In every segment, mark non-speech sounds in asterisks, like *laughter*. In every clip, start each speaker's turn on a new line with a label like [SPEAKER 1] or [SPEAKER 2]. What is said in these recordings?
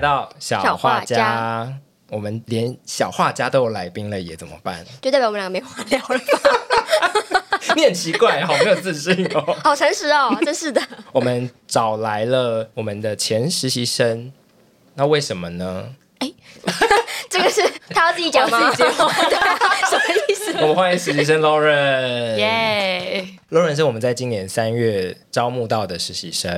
[SPEAKER 1] 到小
[SPEAKER 2] 小
[SPEAKER 1] 画
[SPEAKER 2] 画
[SPEAKER 1] 家。我们连小画家都有来宾了，也怎么办？ *laughs*
[SPEAKER 2] 就代表我们两个没话聊了吧？ *laughs*
[SPEAKER 1] 你很奇怪，好没有自信哦。
[SPEAKER 2] 好诚实哦，真是的。
[SPEAKER 1] *laughs* 我们找来了我们的前实习生，那为什么呢？
[SPEAKER 2] 这个是他要自己讲吗？
[SPEAKER 3] 自己接
[SPEAKER 2] *laughs* 对啊什么意思？
[SPEAKER 1] 我们欢迎实习生 Lauren。
[SPEAKER 3] 耶、
[SPEAKER 1] Lauren 是我们在今年三月招募到的实习生，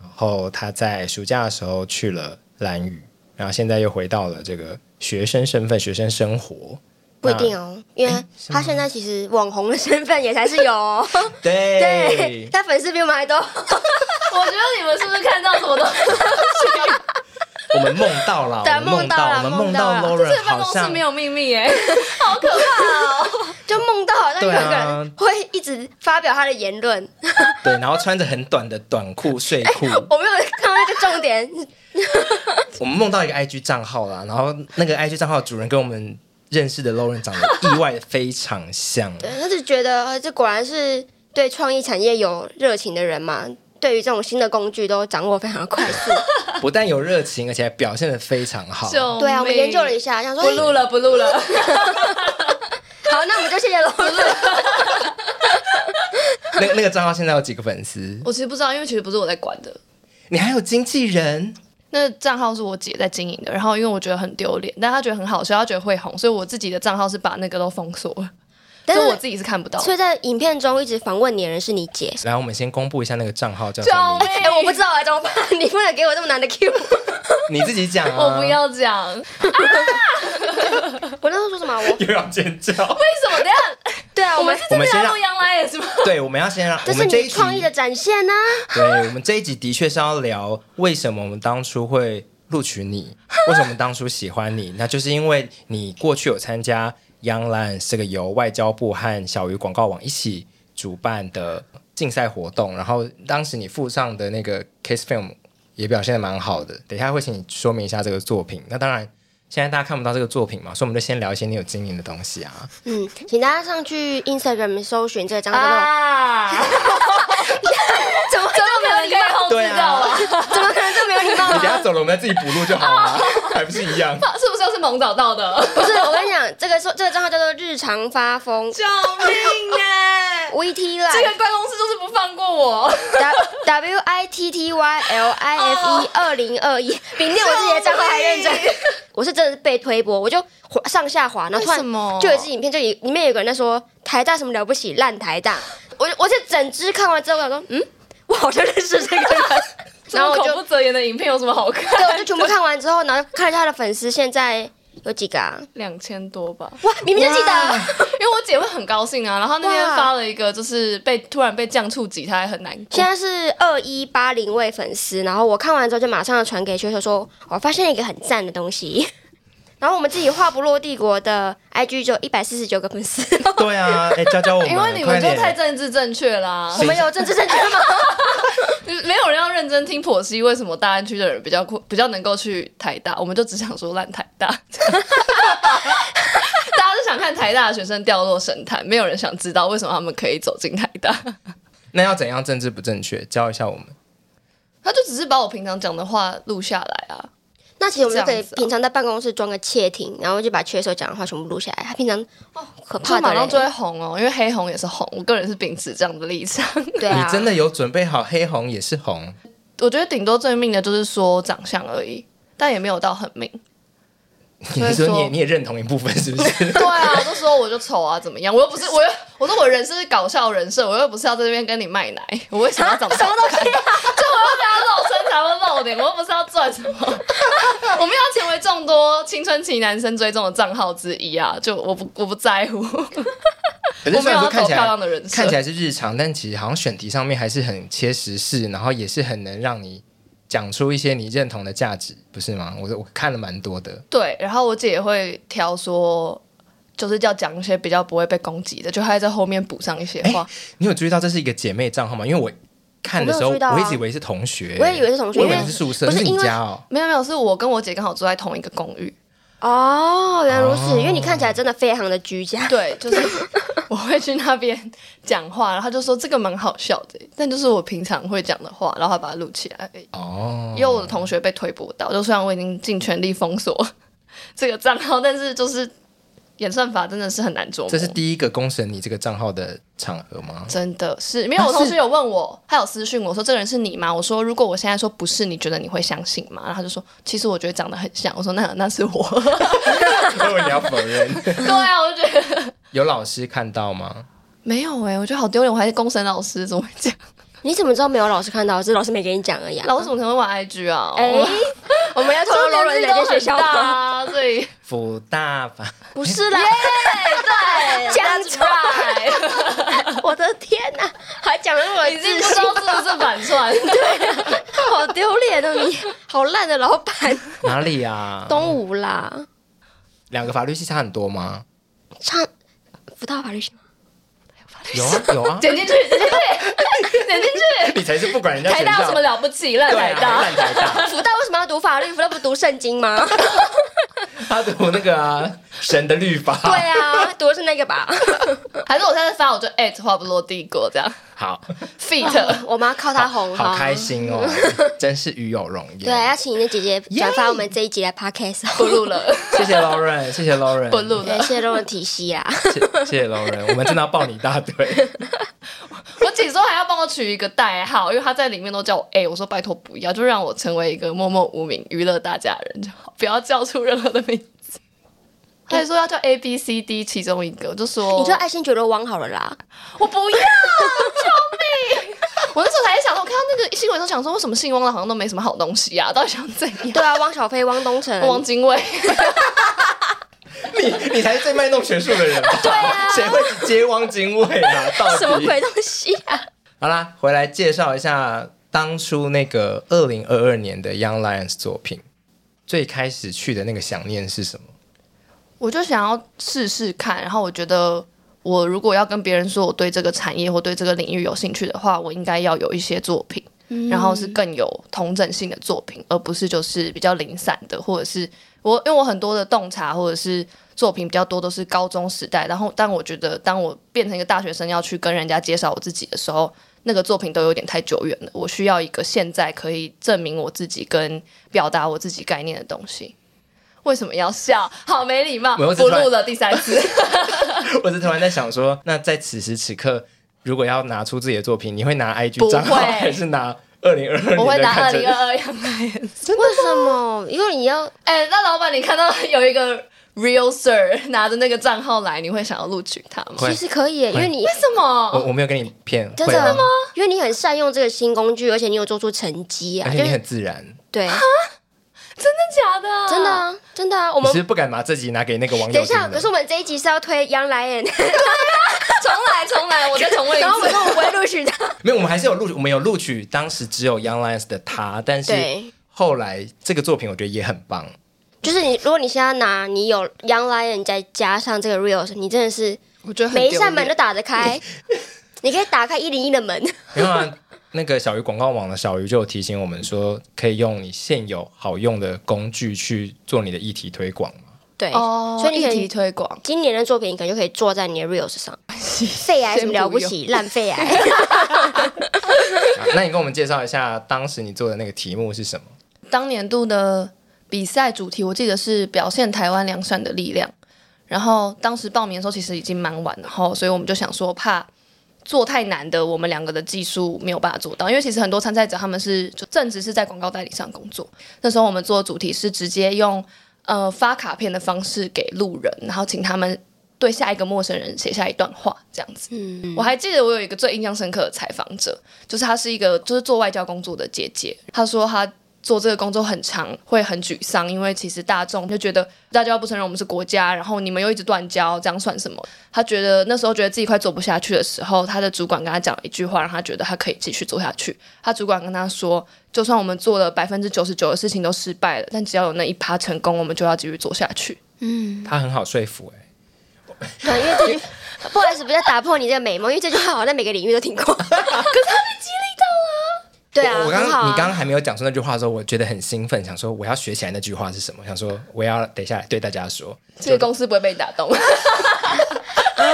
[SPEAKER 1] 然后他在暑假的时候去了兰屿，然后现在又回到了这个学生身份、学生生活。
[SPEAKER 2] 不一定哦，因为他现在其实网红的身份也才是有、
[SPEAKER 3] *laughs*
[SPEAKER 2] 哦，
[SPEAKER 1] 那。对
[SPEAKER 2] 对他粉丝比我们还多。
[SPEAKER 3] *laughs* 我觉得你们是不是看到什么东西？
[SPEAKER 1] *laughs* 我们梦到了，
[SPEAKER 2] 对
[SPEAKER 1] 我们梦
[SPEAKER 2] 梦到了
[SPEAKER 1] 我们梦到
[SPEAKER 2] 梦到
[SPEAKER 1] Lauren
[SPEAKER 3] *laughs* 这办
[SPEAKER 1] 好
[SPEAKER 3] 公室
[SPEAKER 1] 像
[SPEAKER 3] 没有秘密耶、
[SPEAKER 2] 就梦到好像有一个
[SPEAKER 1] 对啊
[SPEAKER 2] 人会一直发表他的言论，
[SPEAKER 1] 对，然后穿着很短的短裤、睡
[SPEAKER 2] *laughs*
[SPEAKER 1] 裤。
[SPEAKER 2] 哎我没有看到那个重点， *laughs*
[SPEAKER 1] 我们梦到一个 IG 账号啦，然后那个 IG 账号的主人跟我们认识的
[SPEAKER 2] *laughs*
[SPEAKER 1] Lauren 长得意外的非常像。
[SPEAKER 2] 对，他就觉得呃这果然是对创意产业有热情的人嘛，对于这种新的工具都掌握非常的快
[SPEAKER 3] *laughs*
[SPEAKER 2] 速。
[SPEAKER 1] 不但有热情，而且还表现的非常好。
[SPEAKER 3] 救命
[SPEAKER 2] 对啊，我们研究了一哎下，想说
[SPEAKER 3] 不录了，不录了。 *laughs*
[SPEAKER 2] 好，那我们就谢谢龙了。
[SPEAKER 1] 那那个账号现在有几个粉丝？
[SPEAKER 3] 我其实不知道，因为其实不是我在管的，
[SPEAKER 1] 你还有经纪人？
[SPEAKER 3] 那账号是我姐在经营的。然后因为我觉得很丢脸，但她觉得很好笑，她觉得会红，所以我自己的账号是把那个都封锁了，
[SPEAKER 2] 但
[SPEAKER 3] 所以我
[SPEAKER 2] 是，
[SPEAKER 3] 自己是看不到的。
[SPEAKER 2] 所以在影片中一直访问你的人是你姐。
[SPEAKER 1] 来，我们先公布一下那个账号叫
[SPEAKER 3] 救
[SPEAKER 1] 什么名
[SPEAKER 3] 命
[SPEAKER 1] 字？
[SPEAKER 2] *laughs* 哎、我不知道啊，怎么办？ *laughs* 你不能给我这么难的 Q。
[SPEAKER 1] 你自己讲啊！
[SPEAKER 2] *laughs*
[SPEAKER 3] 我不，要讲，为
[SPEAKER 2] 我那时候说什么啊？我
[SPEAKER 1] *laughs* 又要尖叫。
[SPEAKER 3] 什么？等一下
[SPEAKER 2] *laughs* 对啊，
[SPEAKER 3] 我
[SPEAKER 2] 我
[SPEAKER 3] 们
[SPEAKER 2] 们
[SPEAKER 3] 是
[SPEAKER 1] 我
[SPEAKER 3] 真
[SPEAKER 1] 们
[SPEAKER 3] 的
[SPEAKER 1] 先
[SPEAKER 3] 在
[SPEAKER 1] 让
[SPEAKER 3] 录杨来也是吗？
[SPEAKER 1] 对，我们要先让
[SPEAKER 2] 这
[SPEAKER 1] 我
[SPEAKER 2] 是
[SPEAKER 1] 们这
[SPEAKER 2] 你
[SPEAKER 1] 一集，
[SPEAKER 2] 创意的展现啊呐、
[SPEAKER 1] 对我们这一集的确是要聊为什么我们当初会录取你，为什么我们当初喜欢你，那就是因为你过去有参加 Young Land 这个由外交部和小鱼广告网一起主办的竞赛活动，然后当时你附上的那个 case film 也表现的蛮好的，等一下会请你说明一下这个作品。那当然。现在大家看不到这个作品嘛，所以我们就先聊一些你有经营的东西啊。
[SPEAKER 2] 嗯，请大家上去 Instagram 搜寻这个账号叫做
[SPEAKER 3] 啊！
[SPEAKER 2] *laughs* 怎么
[SPEAKER 3] 怎么可能可以控
[SPEAKER 1] 对
[SPEAKER 3] 制到
[SPEAKER 1] 啊
[SPEAKER 3] 啊？， *laughs*
[SPEAKER 2] 怎么可能这么有礼貌
[SPEAKER 1] 你等一
[SPEAKER 2] 啊？
[SPEAKER 1] 下走了，我们再自己补录就好了，还不是一样？
[SPEAKER 3] 是不是又是萌找到的？
[SPEAKER 2] 不是，我跟你讲，这个说这个账号叫做日常发疯
[SPEAKER 3] 救命哎、
[SPEAKER 2] ，VT 啦，
[SPEAKER 3] 这个怪公司就是不放过我。
[SPEAKER 2] W W I T T Y L I F E 二零二一，比念我自己的账号还认 *laughs* 真。我是真的是被推播，我就滑上下滑，然后突
[SPEAKER 3] 为什么
[SPEAKER 2] 然就有一支影片，就有里面有个人在说台大什么了不起，烂台大。我就我就整支看完之后，我想说，嗯，我好像认识这个人。然 *laughs*
[SPEAKER 3] *laughs* 然
[SPEAKER 2] 后我
[SPEAKER 3] 后口
[SPEAKER 2] 就
[SPEAKER 3] 不择言的影片有什么好看？
[SPEAKER 2] 对，我就全部看完之后，然后看了一下他的粉丝现在有几个啊？
[SPEAKER 3] *laughs* 两千多吧，
[SPEAKER 2] 哇，明明就记
[SPEAKER 3] 啊
[SPEAKER 2] 得。
[SPEAKER 3] 因为我姐会很高兴啊。然后那天
[SPEAKER 2] 哇
[SPEAKER 3] 发了一个，就是被突然被降触及，她还很难过
[SPEAKER 2] 现。在是二一八零位粉丝，然后我看完之后就马上传给学手说，我发现一个很赞的东西。 *laughs* 然后我们自己话不落帝国的 IG 就一百四十九个粉
[SPEAKER 3] *laughs*
[SPEAKER 2] 丝，
[SPEAKER 1] 对啊，哎、教教我们，
[SPEAKER 3] 因为你
[SPEAKER 1] 快
[SPEAKER 3] 们就
[SPEAKER 1] 点
[SPEAKER 3] 太政治正确啦
[SPEAKER 2] 我，们有政治正确吗？
[SPEAKER 3] 就是没有人要认真听剖析为什么大安区的人比较酷比较能够去台大，我们就只想说烂台 *laughs* 大。大家是想看台大的学生掉落神坛，没有人想知道为什么他们可以走进台大。
[SPEAKER 1] 那要怎样政治不正确？教一下我们。
[SPEAKER 3] 他就只是把我平常讲的话录下来啊。
[SPEAKER 2] 那其实我们就可
[SPEAKER 3] 这
[SPEAKER 2] 以
[SPEAKER 3] 样子哦
[SPEAKER 2] 平常在办公室装个窃听，然后就把缺手讲的话全部录下来。他平常哦，可
[SPEAKER 3] 就
[SPEAKER 2] 怕
[SPEAKER 3] 马
[SPEAKER 2] 的
[SPEAKER 3] 上就
[SPEAKER 2] 嘞，
[SPEAKER 3] 会红哦，因为黑红也是红。我个人是秉持这样的立场，
[SPEAKER 2] 对
[SPEAKER 3] *laughs*
[SPEAKER 2] 啊，
[SPEAKER 1] 你真的有准备好黑红也是红，
[SPEAKER 3] 我觉得顶多最命的就是说长相而已，但也没有到很命。
[SPEAKER 1] 你
[SPEAKER 3] 所以
[SPEAKER 1] 说你也
[SPEAKER 3] 说
[SPEAKER 1] 你也认同一部分是不
[SPEAKER 2] *laughs*
[SPEAKER 1] 是？
[SPEAKER 3] 对啊，我就说我就丑啊，怎么样？我又不是我又我说我人设是搞笑人设，我又不是要在这边跟你卖奶，我为什么要长得
[SPEAKER 2] 啊什么东西？
[SPEAKER 3] 大家露身材会露脸，我又不是要赚什么，我们要成为众多青春期男生追踪的账号之一啊！就我不我不在乎，
[SPEAKER 1] 可是虽然说看起
[SPEAKER 3] 我没有要走漂亮的
[SPEAKER 1] 来
[SPEAKER 3] 人设
[SPEAKER 1] 看起来是日常，但其实好像选题上面还是很切实事，然后也是很能让你讲出一些你认同的价值，不是吗？我我看了蛮多的，
[SPEAKER 3] 对，然后我姐也会挑说，就是要讲一些比较不会被攻击的，就她还在后面补上一些话。
[SPEAKER 1] 你有注意到这是一个姐妹账号吗？因为我看的时候，
[SPEAKER 2] 我没有注意到啊
[SPEAKER 1] 我一直以为是同学，
[SPEAKER 2] 我也以为是同学
[SPEAKER 1] 我以为
[SPEAKER 2] 因
[SPEAKER 1] 你
[SPEAKER 2] 为
[SPEAKER 1] 是宿舍，
[SPEAKER 2] 不是
[SPEAKER 1] 那你
[SPEAKER 2] 因为
[SPEAKER 1] 家哦。
[SPEAKER 3] 没有没有，是我跟我姐刚好住在同一个公寓。
[SPEAKER 2] 哦，原来如此，
[SPEAKER 1] 哦
[SPEAKER 2] 因为你看起来真的非常的居家。 *laughs*
[SPEAKER 3] 对，就是 *laughs* 我会去那边讲话，然后他就说这个蛮好笑的，欸但就是我平常会讲的话，然后他把它录起来而已。
[SPEAKER 1] 哦，
[SPEAKER 3] 也有我的同学被推播到，就虽然我已经尽全力封锁 *laughs* 这个账号，但是就是演算法真的是很难
[SPEAKER 2] 哦
[SPEAKER 3] 捉摸。
[SPEAKER 1] 这是第一个公审你这个账号的场合吗？ *laughs*
[SPEAKER 3] 真的是，没有我同事有问我，他有私讯我说这个人是你吗？我说如果我现在说不是，你觉得你会相信吗？然后他就说其实我觉得长得很像。我说那那是我。
[SPEAKER 1] 因为你要否认，
[SPEAKER 3] *laughs*
[SPEAKER 1] *laughs*
[SPEAKER 3] 对啊，我就觉得
[SPEAKER 1] 有老师看到吗？
[SPEAKER 3] *laughs* 没有哎、我觉得好丢脸，我还是公审老师，怎么会这样？
[SPEAKER 2] 你怎么知道没有老师看到？是老师没给你讲而已、啊。
[SPEAKER 3] 老师怎么可能会玩 IG *laughs* 啊？
[SPEAKER 2] 哎、
[SPEAKER 3] 我我们要
[SPEAKER 2] 说
[SPEAKER 3] 楼人
[SPEAKER 2] 人家
[SPEAKER 3] 都
[SPEAKER 2] 在学校
[SPEAKER 3] 很大啊，所以
[SPEAKER 1] 辅大法
[SPEAKER 2] 不是啦，*laughs*
[SPEAKER 3] 对
[SPEAKER 2] 讲出
[SPEAKER 3] *laughs* 来，
[SPEAKER 2] 我的天哪、还讲了我的
[SPEAKER 3] 已经
[SPEAKER 2] 自
[SPEAKER 3] 不
[SPEAKER 2] 信
[SPEAKER 3] 知，道是不是反 *laughs* 串。，
[SPEAKER 2] *laughs* 好丢脸哦！你好烂的老板，
[SPEAKER 1] *laughs* 哪里啊？
[SPEAKER 2] 东吴啦，
[SPEAKER 1] 两个法律系差很多吗？
[SPEAKER 2] 唱辅大法律系吗？
[SPEAKER 1] 有 *laughs* 啊有啊
[SPEAKER 3] 点进去，点进去，点进去。
[SPEAKER 1] 你才是不管人家
[SPEAKER 3] 台
[SPEAKER 1] 学
[SPEAKER 3] 大有什么
[SPEAKER 1] 校。
[SPEAKER 3] 了不起？烂
[SPEAKER 1] 对
[SPEAKER 3] 台
[SPEAKER 1] 啊，
[SPEAKER 3] 大，
[SPEAKER 1] 烂台大，
[SPEAKER 2] 辅大为什么要读法律？辅大不读圣经吗？ *laughs*
[SPEAKER 1] 他读那个啊神的律法。
[SPEAKER 2] 对啊，读的是那个吧。
[SPEAKER 3] 还是我下次发我就 at 话不落帝国这样
[SPEAKER 1] 好，
[SPEAKER 3] *laughs* feat。
[SPEAKER 2] *laughs* 我们要靠他红
[SPEAKER 1] 好
[SPEAKER 2] 哈。
[SPEAKER 1] 开心哦，真是与有荣
[SPEAKER 2] 对，啊要
[SPEAKER 1] 焉。
[SPEAKER 2] 请你的姐姐转发我们这一集的 podcast
[SPEAKER 1] *laughs*
[SPEAKER 3] 不录了，
[SPEAKER 1] 谢谢 Lauren，谢谢 Lauren，
[SPEAKER 3] 不录
[SPEAKER 2] 对，
[SPEAKER 3] 了。
[SPEAKER 2] 谢谢肉人体系
[SPEAKER 1] *laughs*
[SPEAKER 2] 啊啦。
[SPEAKER 1] 谢谢谢 Lauren，我们真的要抱你大腿。
[SPEAKER 3] 我姐说还要帮我取一个代号，因为她在里面都叫我 A，我说拜托不要，就让我成为一个默默无名娱乐大家的人就好，不要叫出任何的名字。她还说要叫 A B C D 其中一个，我就说
[SPEAKER 2] 你说爱新觉罗网好了啦，
[SPEAKER 3] 我不要，救命！ *laughs* 我那时候才想说，我看到那个新闻都想说，为什么姓汪的好像都没什么好东西啊？到底想怎样？
[SPEAKER 2] 对啊，汪小菲、汪东城，
[SPEAKER 1] *laughs*
[SPEAKER 3] 汪精卫，
[SPEAKER 1] 你你才是最卖弄学术的人吧？对啊，谁会接汪精卫啊？到
[SPEAKER 2] 什么
[SPEAKER 1] 底
[SPEAKER 2] 鬼东西 *laughs* 啊？
[SPEAKER 1] 好啦，回来介绍一下当初那个二零二二年的 Young Lions 作品，最开始去的那个想念是什么？ *laughs*
[SPEAKER 3] 我就想要试试看。然后我觉得，我如果要跟别人说我对这个产业或对这个领域有兴趣的话，我应该要有一些作品，然后是更有同整性的作品，而不是就是比较零散的，或者是我因为我很多的洞察或者是作品比较多都是高中时代。然后，但我觉得当我变成一个大学生要去跟人家介绍我自己的时候。那个作品都有点太久远了，我需要一个现在可以证明我自己跟表达我自己概念的东西。为什么要笑？好没礼貌，
[SPEAKER 1] 我又只
[SPEAKER 3] 不
[SPEAKER 1] 突然
[SPEAKER 3] 录了第三次。
[SPEAKER 1] 我是突然在想说，那在此时此刻，如果要拿出自己的作品，你会拿
[SPEAKER 3] 不
[SPEAKER 1] IG
[SPEAKER 3] 会
[SPEAKER 1] 账号，还是拿二零二二
[SPEAKER 3] 我会
[SPEAKER 1] 年的
[SPEAKER 3] 拿二
[SPEAKER 1] 看
[SPEAKER 3] 零
[SPEAKER 1] 着？
[SPEAKER 3] 二二样来。
[SPEAKER 2] 为什么？因为你要
[SPEAKER 3] *laughs* 哎，那老板，你看到有一个 Real Sir *laughs* 拿着那个账号来，你会想要录取他吗？哦
[SPEAKER 1] 会
[SPEAKER 2] 其实可以耶，因为你
[SPEAKER 3] 为什
[SPEAKER 1] 我
[SPEAKER 3] 么？
[SPEAKER 1] 我没有跟你骗，
[SPEAKER 2] 真
[SPEAKER 1] 会啊
[SPEAKER 2] 的？因为你很善用这个新工具，而且你有做出成绩啊，
[SPEAKER 1] 而
[SPEAKER 2] 就
[SPEAKER 1] 且你
[SPEAKER 2] 是
[SPEAKER 1] 很自然，
[SPEAKER 2] 对，
[SPEAKER 3] 真的假的啊？
[SPEAKER 2] 真的啊，真的啊，我
[SPEAKER 1] 我
[SPEAKER 2] 们
[SPEAKER 1] 是。不敢把自己拿给那个网友听
[SPEAKER 2] 等一下，
[SPEAKER 1] 的。
[SPEAKER 2] 可是我们这一集是要推杨来演，
[SPEAKER 3] 重来，重来，我再重问一
[SPEAKER 2] 然后我
[SPEAKER 3] 次。
[SPEAKER 2] 说我不会录取他。
[SPEAKER 1] 没有，我们还是有录取，我们有录取当时只有 Young Lions 的他，但是
[SPEAKER 2] 对
[SPEAKER 1] 后来这个作品我觉得也很棒。
[SPEAKER 2] 就是你，如果你现在拿你有 Young Lion 再加上这个 Reels，你真的是
[SPEAKER 3] 我觉得很
[SPEAKER 2] 每一
[SPEAKER 3] 丢
[SPEAKER 2] 扇门
[SPEAKER 3] 脸
[SPEAKER 2] 都打得开，你可以打开一零一的门。
[SPEAKER 1] 然后、啊、那个小鱼广告网的小鱼就有提醒我们说，可以用你现有好用的工具去做你的议题推广
[SPEAKER 2] *laughs*
[SPEAKER 1] 嘛。
[SPEAKER 2] 对，
[SPEAKER 3] 哦，
[SPEAKER 2] 所以你可
[SPEAKER 3] 议题
[SPEAKER 2] 以
[SPEAKER 3] 推广。
[SPEAKER 2] 今年的作品，你可能就可以做在你的 Reels
[SPEAKER 3] *laughs*
[SPEAKER 2] 上。肺癌什么了不起？烂肺癌。 *laughs*
[SPEAKER 1] 啊那你跟我们介绍一下当时你做的那个题目是什么？
[SPEAKER 3] 当年度的比赛主题，我记得是表现台湾良善的力量。然后当时报名的时候，其实已经蛮晚了，然后所以我们就想说，怕做太难的，我们两个的技术没有办法做到。因为其实很多参赛者他们是就正职是在广告代理上工作，那时候我们做的主题是直接用呃发卡片的方式给路人，然后请他们对下一个陌生人写下一段话，这样子。
[SPEAKER 2] 嗯，
[SPEAKER 3] 我还记得我有一个最印象深刻的采访者，就是她是一个就是做外交工作的姐姐，她说她。做这个工作很长，会很沮丧，因为其实大众就觉得大家不承认我们是国家，然后你们又一直断交，这样算什么？她觉得那时候觉得自己快做不下去的时候，她的主管跟她讲了一句话，让她觉得她可以继续做下去。她主管跟她说，就算我们做了百分之九十九的事情都失败了，但只要有那一趴成功，我们就要继续做下去。
[SPEAKER 2] 嗯
[SPEAKER 1] 它很好说服哎、
[SPEAKER 2] 对，因为这句，不好意思，不要打破你这个美梦，因为这句话我在每个领域都听
[SPEAKER 3] *laughs*
[SPEAKER 2] 过。可是他被激励到
[SPEAKER 1] 我
[SPEAKER 2] 了。
[SPEAKER 1] 我
[SPEAKER 2] 对啊，
[SPEAKER 1] 刚
[SPEAKER 2] 很好
[SPEAKER 1] 刚、
[SPEAKER 2] 啊。
[SPEAKER 1] 你刚刚还没有讲出那句话的时候，我觉得很兴奋，想说我要学起来那句话是什么，想说我要等一下来对大家说。
[SPEAKER 3] 这个公司不会被打动。
[SPEAKER 2] 嗯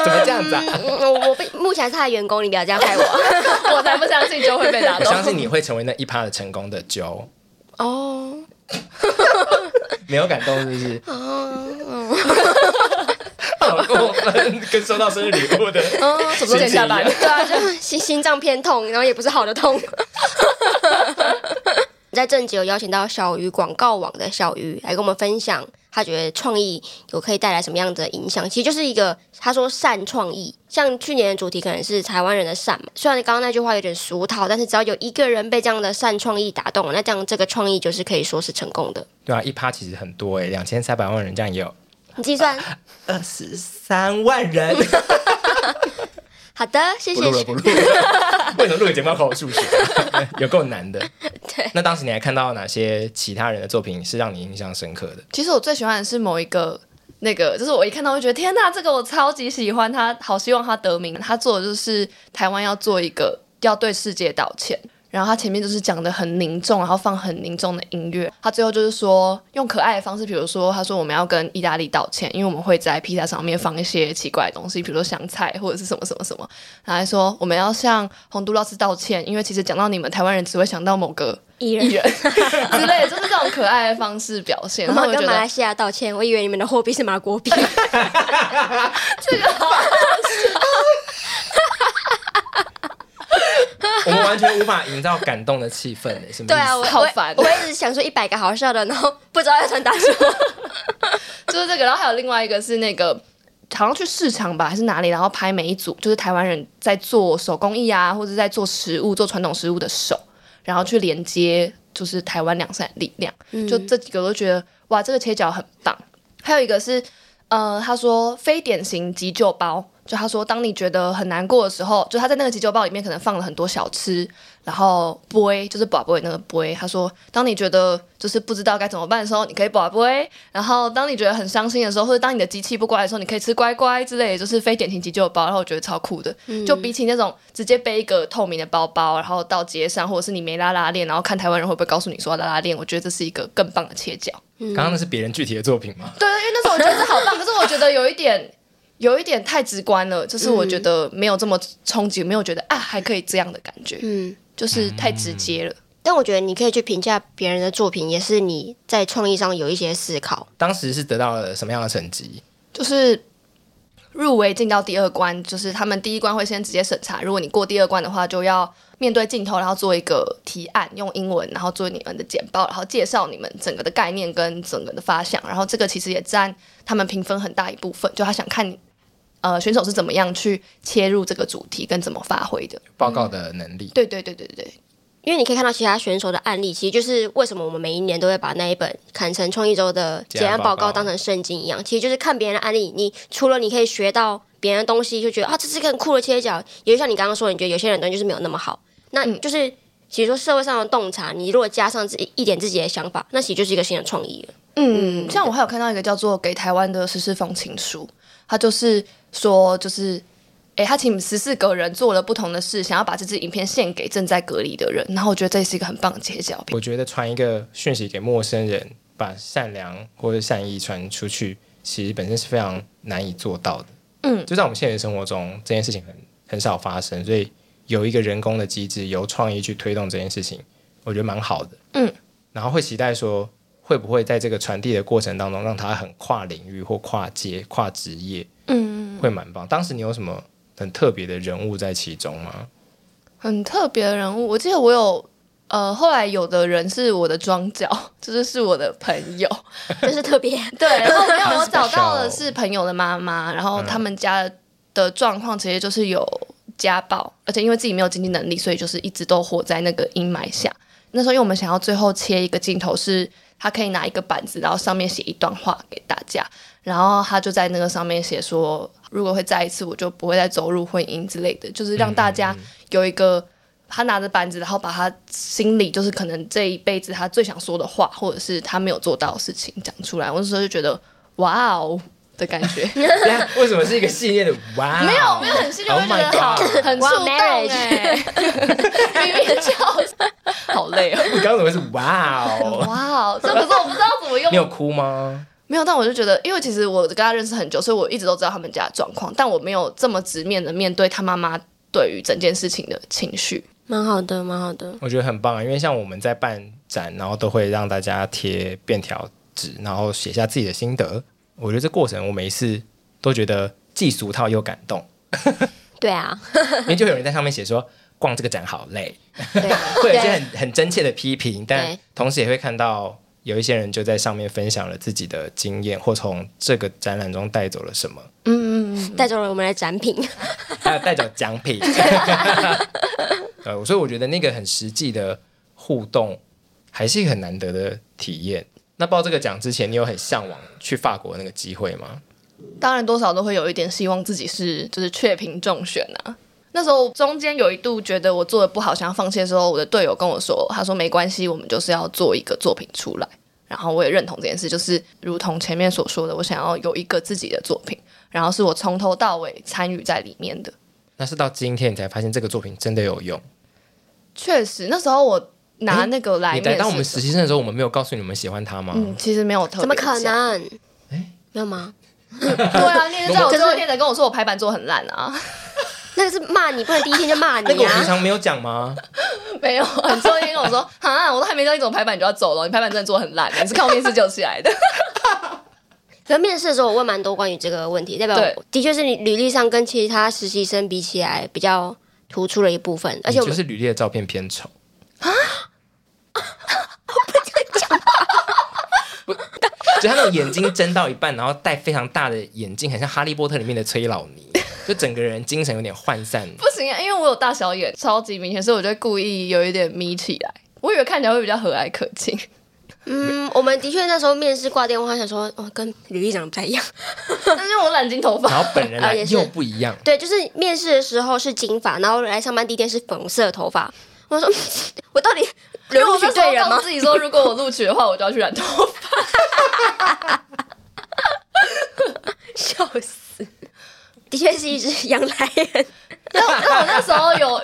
[SPEAKER 1] 怎么这样子啊？
[SPEAKER 2] 我嗯我被目前是他的员工，你不要这样害我。
[SPEAKER 3] *laughs* 我才不相信就会被打
[SPEAKER 1] 我
[SPEAKER 3] 动。
[SPEAKER 1] 相信你会成为那一趴的成功的九，
[SPEAKER 3] *laughs* 哦，
[SPEAKER 1] 没有感动是不是？
[SPEAKER 2] 哦
[SPEAKER 1] *laughs* 好过分，跟收到生日礼物的。
[SPEAKER 3] 嗯，什么时候可以下
[SPEAKER 2] *laughs*
[SPEAKER 3] 班？
[SPEAKER 2] 对啊，就 *coughs* 心心脏偏痛，然后也不是好的痛。 *laughs* 在正集有邀请到小鱼广告网的小鱼来跟我们分享，他觉得创意有可以带来什么样的影响。其实就是一个他说善创意，像去年的主题可能是台湾人的善嘛。虽然刚刚那句话有点俗套，但是只要有一个人被这样的善创意打动了，那这样这个创意就是可以说是成功的。
[SPEAKER 1] 对啊，一趴其实很多哎、欸，两千三百万人这样也有
[SPEAKER 2] 你计
[SPEAKER 3] *laughs*
[SPEAKER 2] 算
[SPEAKER 1] 二十三万人。
[SPEAKER 2] 好的，
[SPEAKER 1] *laughs*
[SPEAKER 2] 谢
[SPEAKER 1] 不
[SPEAKER 2] 谢
[SPEAKER 1] 录。了，不录 *laughs* 了。为什么录个节目要考我数学？啊 *laughs* 有够难的。
[SPEAKER 2] *laughs* 对，
[SPEAKER 1] 那当时你还看到哪些其他人的作品是让你印象深刻
[SPEAKER 2] *laughs*
[SPEAKER 1] 的？
[SPEAKER 3] 其实我最喜欢的是某一个。那个就是我一看到我就觉得天呐，这个我超级喜欢他，好希望他得名。他做的就是台湾要做一个要对世界道歉，然后他前面就是讲的很凝重，然后放很凝重的音乐。他最后就是说用可爱的方式，比如说他说我们要跟意大利道歉，因为我们会在披萨上面放一些奇怪的东西，比如说香菜或者是什么什么什么。然后还说我们要向洪都拉斯道歉，因为其实讲到你们台湾人只会想到某个
[SPEAKER 2] 艺人
[SPEAKER 3] 艺人 *laughs* 之类的，就是这种可爱的方式表现。
[SPEAKER 2] 我
[SPEAKER 3] 然后
[SPEAKER 2] 们
[SPEAKER 3] 我
[SPEAKER 2] 跟
[SPEAKER 3] 觉
[SPEAKER 2] 马
[SPEAKER 3] 得
[SPEAKER 2] 来西亚道歉，我以为你们的货币是马国币。
[SPEAKER 1] 我们完全无法营造感动的气氛、欸，什么意思？
[SPEAKER 2] 对啊，我
[SPEAKER 3] 好烦
[SPEAKER 2] 我我一直想说一百个好笑的，然后不知道要传达什么。
[SPEAKER 3] 就是这个，然后还有另外一个是那个。好像去市场吧，还是哪里？然后拍每一组，就是台湾人在做手工艺啊，或者在做食物、做传统食物的手，然后去连接就是台湾两善力量。就这几个我都觉得哇，这个切角很棒。还有一个是，呃，他说非典型急救包，就他说当你觉得很难过的时候，就他在那个急救包里面可能放了很多小吃，然后 boy 就是宝贝那个 boy，他说当你觉得就是不知道该怎么办的时候，你可以宝贝，然后当你觉得很伤心的时候，或者当你的机器不乖的时候，你可以吃乖乖之类的，就是非典型急救包，然后我觉得超酷的，就比起那种直接背一个透明的包包，然后到街上，或者是你没拉拉链，然后看台湾人会不会告诉你说要拉拉链，我觉得这是一个更棒的切角。
[SPEAKER 1] 刚刚那是别人具体的作品吗？
[SPEAKER 3] 对，因为那时候我觉得这好棒，可是我觉得有一 *laughs* 点，有一点太直观了，就是我觉得没有这么冲击，没有觉得啊还可以这样的感觉，
[SPEAKER 2] *laughs* 嗯，
[SPEAKER 3] 就是太直接了。
[SPEAKER 2] 但我觉得你可以去评价别人的作品，也是你在创意上有一些思考。
[SPEAKER 1] 当时是得到了什么样的成绩？
[SPEAKER 3] 就是入围进到第二关，就是他们第一关会先直接审查，如果你过第二关的话，就要面对镜头，然后做一个提案，用英文，然后做你们的简报，然后介绍你们整个的概念跟整个的发想，然后这个其实也占他们评分很大一部分，就他想看你。呃，选手是怎么样去切入这个主题跟怎么发挥的？
[SPEAKER 1] 报告的能力？
[SPEAKER 3] 对对对对对对，
[SPEAKER 2] 因为你可以看到其他选手的案例，其实就是为什么我们每一年都会把那一本《砍成创意周》的
[SPEAKER 1] 结
[SPEAKER 2] 结
[SPEAKER 1] 案
[SPEAKER 2] 案报
[SPEAKER 1] 报告
[SPEAKER 2] 告当成圣经一样，其实就是看别人的案例，你除了你可以学到别人的东西，就觉得啊这是一个很酷的切角，也就像你刚刚说，你觉得有些人的东西就是没有那么好，那就是。其实说社会上的洞察，你如果加上自己一点自己的想法，那其实就是一个新的
[SPEAKER 1] *laughs*
[SPEAKER 2] 创意了。
[SPEAKER 3] 嗯，像我还有看到一个叫做《给台湾的十四封情书》，他就是说，就是，诶，他请十四个人做了不同的事，想要把这支影片献给正在隔离的人。然后我觉得这是一个很棒的切角。
[SPEAKER 1] 我觉得传一个讯息给陌生人，把善良或者善意传出去，其实本身是非常难以做到的。
[SPEAKER 3] 嗯
[SPEAKER 1] 就在我们现实生活中，这件事情很很少发生，所以有一个人工的机制，由创意去推动这件事情，我觉得蛮好的。
[SPEAKER 3] 嗯，
[SPEAKER 1] 然后会期待说，会不会在这个传递的过程当中，让它很跨领域或跨界、跨职业，
[SPEAKER 3] 嗯，
[SPEAKER 1] 会蛮棒。当时你有什么很特别的人物在其中吗？
[SPEAKER 3] 很特别的人物。我记得我有，呃，后来有的人是我的庄脚， *laughs* 就是是我的朋友。
[SPEAKER 2] 这是特别
[SPEAKER 3] 对，然后没有，我找到的是朋友的妈妈，然后他们家的状况其实就是有家暴，而且因为自己没有经济能力，所以就是一直都活在那个阴霾下。那时候，因为我们想要最后切一个镜头是。他可以拿一个板子，然后上面写一段话给大家，然后他就在那个上面写说，如果会再一次，我就不会再走入婚姻之类的，就是让大家有一个他拿着板子，然后把他心里就是可能这一辈子他最想说的话，或者是他没有做到的事情讲出来。我那时候就觉得哇哦的感觉， *laughs*
[SPEAKER 1] 对啊 *laughs* 为什么是一个系列的？哇，
[SPEAKER 3] 没有没有很细就
[SPEAKER 1] Oh
[SPEAKER 3] 会觉得好
[SPEAKER 1] my god
[SPEAKER 3] *laughs* 很触动
[SPEAKER 2] Wow,
[SPEAKER 3] 哎、
[SPEAKER 2] marriage
[SPEAKER 3] 欸，明明欸就好累哦。
[SPEAKER 1] 你刚刚怎么会是哇哦？
[SPEAKER 3] 哇哦，这可是我不知道怎么用
[SPEAKER 1] 你有哭吗？
[SPEAKER 3] 没有，但我就觉得，因为其实我跟他认识很久，所以我一直都知道他们家的状况，但我没有这么直面的面对他妈妈对于整件事情的情绪。
[SPEAKER 2] 蛮好的，蛮好的。
[SPEAKER 1] 我觉得很棒啊，因为像我们在办展，然后都会让大家贴便条纸，然后写下自己的心得。我觉得这过程我每一次都觉得既俗套又感
[SPEAKER 3] *laughs*
[SPEAKER 1] 动，
[SPEAKER 2] 对啊，
[SPEAKER 1] 因为就有人在上面写说逛这个展好累， *laughs*
[SPEAKER 2] 对，
[SPEAKER 1] 会有一些
[SPEAKER 2] 对
[SPEAKER 1] 很很真切的批评，但
[SPEAKER 2] 对
[SPEAKER 1] 同时也会看到有一些人就在上面分享了自己的经验，或从这个展览中带走了什么，
[SPEAKER 3] 嗯嗯嗯，
[SPEAKER 2] 带走了我们的展品。
[SPEAKER 1] 还有带走奖品。 *laughs* 呃，所以我觉得那个很实际的互动，还是一个很难得的体验。那报这个奖之前，你有很向往去法国那个机会吗？
[SPEAKER 3] 当然多少都会有一点希望自己是就是确评中选啊。那时候中间有一度觉得我做的不好，想要放弃的时候，我的队友跟我说，他说没关系，我们就是要做一个作品出来。然后我也认同这件事，就是如同前面所说的，我想要有一个自己的作品，然后是我从头到尾参与在里面的。
[SPEAKER 1] 那是到今天你才发现这个作品真的有用。
[SPEAKER 3] 确实，那时候我拿那个来
[SPEAKER 1] 你
[SPEAKER 3] 面
[SPEAKER 1] 来
[SPEAKER 3] 试，
[SPEAKER 1] 到我们实习生的时候，我们没有告诉你们喜欢他吗？
[SPEAKER 3] 嗯，其实没有特别，
[SPEAKER 2] *laughs* 怎么可？能？
[SPEAKER 1] 哎
[SPEAKER 2] 没有吗？
[SPEAKER 3] 对啊，练在我
[SPEAKER 2] 可
[SPEAKER 3] 最
[SPEAKER 2] 是
[SPEAKER 3] 后练的跟我说我排版做很烂啊，
[SPEAKER 2] 那个是骂你，不能第一天就骂
[SPEAKER 1] 那个
[SPEAKER 2] 你
[SPEAKER 1] 我平
[SPEAKER 2] 啊！
[SPEAKER 1] 常没有讲吗？
[SPEAKER 3] 没有，啊很多天跟我说，哈，我都还没教你怎么排版，你就要走了，你排版真的做得很烂，你是看我面试救起来的。
[SPEAKER 2] 可是面试的时候，我问蛮多关于这个问题，代表
[SPEAKER 3] 对
[SPEAKER 2] 的确是你履历上跟其他实习生比起来比较突出了一部分，而且
[SPEAKER 1] 你就
[SPEAKER 2] 我们啊
[SPEAKER 1] 是履历的照片偏丑。 *laughs* 就他那种眼睛睁到一半，然后戴非常大的眼镜，很像《哈利波特》里面的崔老
[SPEAKER 2] *laughs*
[SPEAKER 1] 尼，就整个人精神有点涣散。
[SPEAKER 3] *laughs* 不行啊，因为我有大小眼，超级明显，所以我就故意有一点眯起来。我以为看起来会比较和蔼可亲，
[SPEAKER 2] 嗯，我们的确那时候面试挂电话，想说哦，跟履历长得不太 *laughs* 一样。
[SPEAKER 3] 但是我染金头
[SPEAKER 1] 然 *laughs*
[SPEAKER 3] 发，
[SPEAKER 1] 后本人来
[SPEAKER 2] 啊也是
[SPEAKER 1] 又不一样，
[SPEAKER 2] 对，就是面试的时候是金发，然后来上班第一天是粉红色的头发。我说， *laughs* 我到底
[SPEAKER 3] 因为
[SPEAKER 2] 录
[SPEAKER 3] 我
[SPEAKER 2] 取
[SPEAKER 3] 那
[SPEAKER 2] 对
[SPEAKER 3] 时
[SPEAKER 2] 人
[SPEAKER 3] 候
[SPEAKER 2] 吗
[SPEAKER 3] 告诉？自己说，如果我录取的话，我就要去染头发。
[SPEAKER 2] 笑死！ *laughs* 的确是一只 *laughs* 羊来人，
[SPEAKER 3] 但我但我那时候有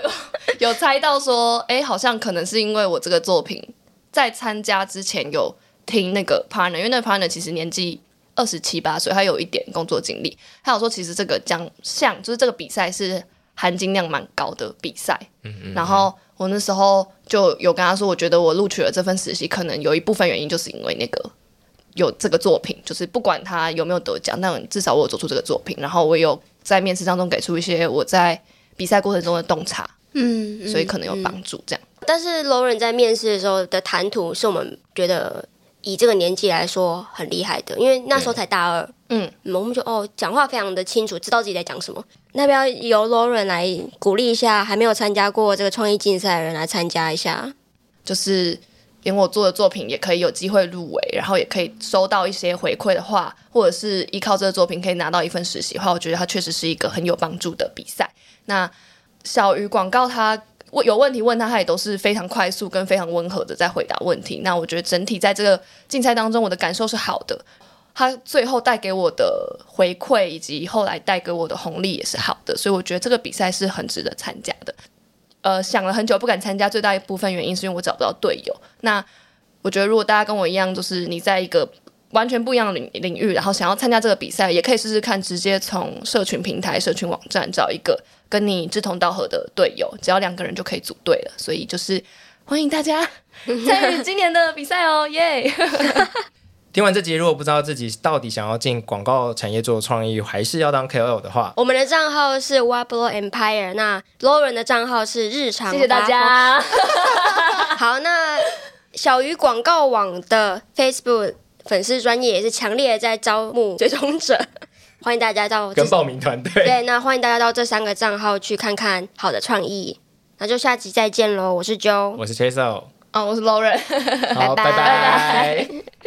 [SPEAKER 3] 有猜到说，哎、好像可能是因为我这个作品在参加之前有听那个 partner，因为那个 partner 其实年纪二十七八岁，他有一点工作经历，他有说其实这个奖项就是这个比赛是含金量蛮高的比赛，然后。我那时候就有跟他说，我觉得我录取了这份实习，可能有一部分原因就是因为那个有这个作品，就是不管他有没有得奖，但至少我有做出这个作品，然后我也有在面试当中给出一些我在比赛过程中的洞察，
[SPEAKER 2] 嗯
[SPEAKER 3] 所以可能有帮助。这样，
[SPEAKER 2] 但是 Lauren 在面试的时候的谈吐是我们觉得以这个年纪来说很厉害的，因为那时候才大二。
[SPEAKER 3] 嗯，
[SPEAKER 2] 我们就哦，讲话非常的清楚，知道自己在讲什么。那边由 Lauren 来鼓励一下还没有参加过这个创意竞赛的人来参加一下。
[SPEAKER 3] 就是连我做的作品也可以有机会入围，然后也可以收到一些回馈的话，或者是依靠这个作品可以拿到一份实习的话，我觉得它确实是一个很有帮助的比赛。那小鱼广告他。问有问题问他，他也都是非常快速跟非常温和的在回答问题。那我觉得整体在这个竞赛当中，我的感受是好的。他最后带给我的回馈，以及后来带给我的红利也是好的，所以我觉得这个比赛是很值得参加的。呃想了很久不敢参加，最大一部分原因是因为我找不到队友。那我觉得如果大家跟我一样，就是你在一个完全不一样的领领域，然后想要参加这个比赛，也可以试试看，直接从社群平台、社群网站找一个跟你志同道合的队友，只要两个人就可以组队了。所以就是欢迎大 *laughs* 家参与今年的比赛哦，耶、
[SPEAKER 1] 听完这集，如果不知道自己到底想要进广告产业做创意，还是要当 KOL 的话，
[SPEAKER 2] 我们的账号是 Wablo Empire，那 Lauren 的账号是日常。
[SPEAKER 3] 谢谢大。家，
[SPEAKER 2] 好，那小鱼广告网的 Facebook 粉丝专业也是强烈地在招募追踪
[SPEAKER 3] *laughs*
[SPEAKER 2] 者，欢迎大家到这
[SPEAKER 1] 跟报名团队，
[SPEAKER 2] 对，那欢迎大家到这三个账号去看看好的创意。那就下集再见喽，我是 Jo，
[SPEAKER 1] 我是 Chase，
[SPEAKER 3] 哦，我是 Lauren。
[SPEAKER 1] 好，
[SPEAKER 2] 拜拜
[SPEAKER 1] 拜
[SPEAKER 3] 拜
[SPEAKER 1] 拜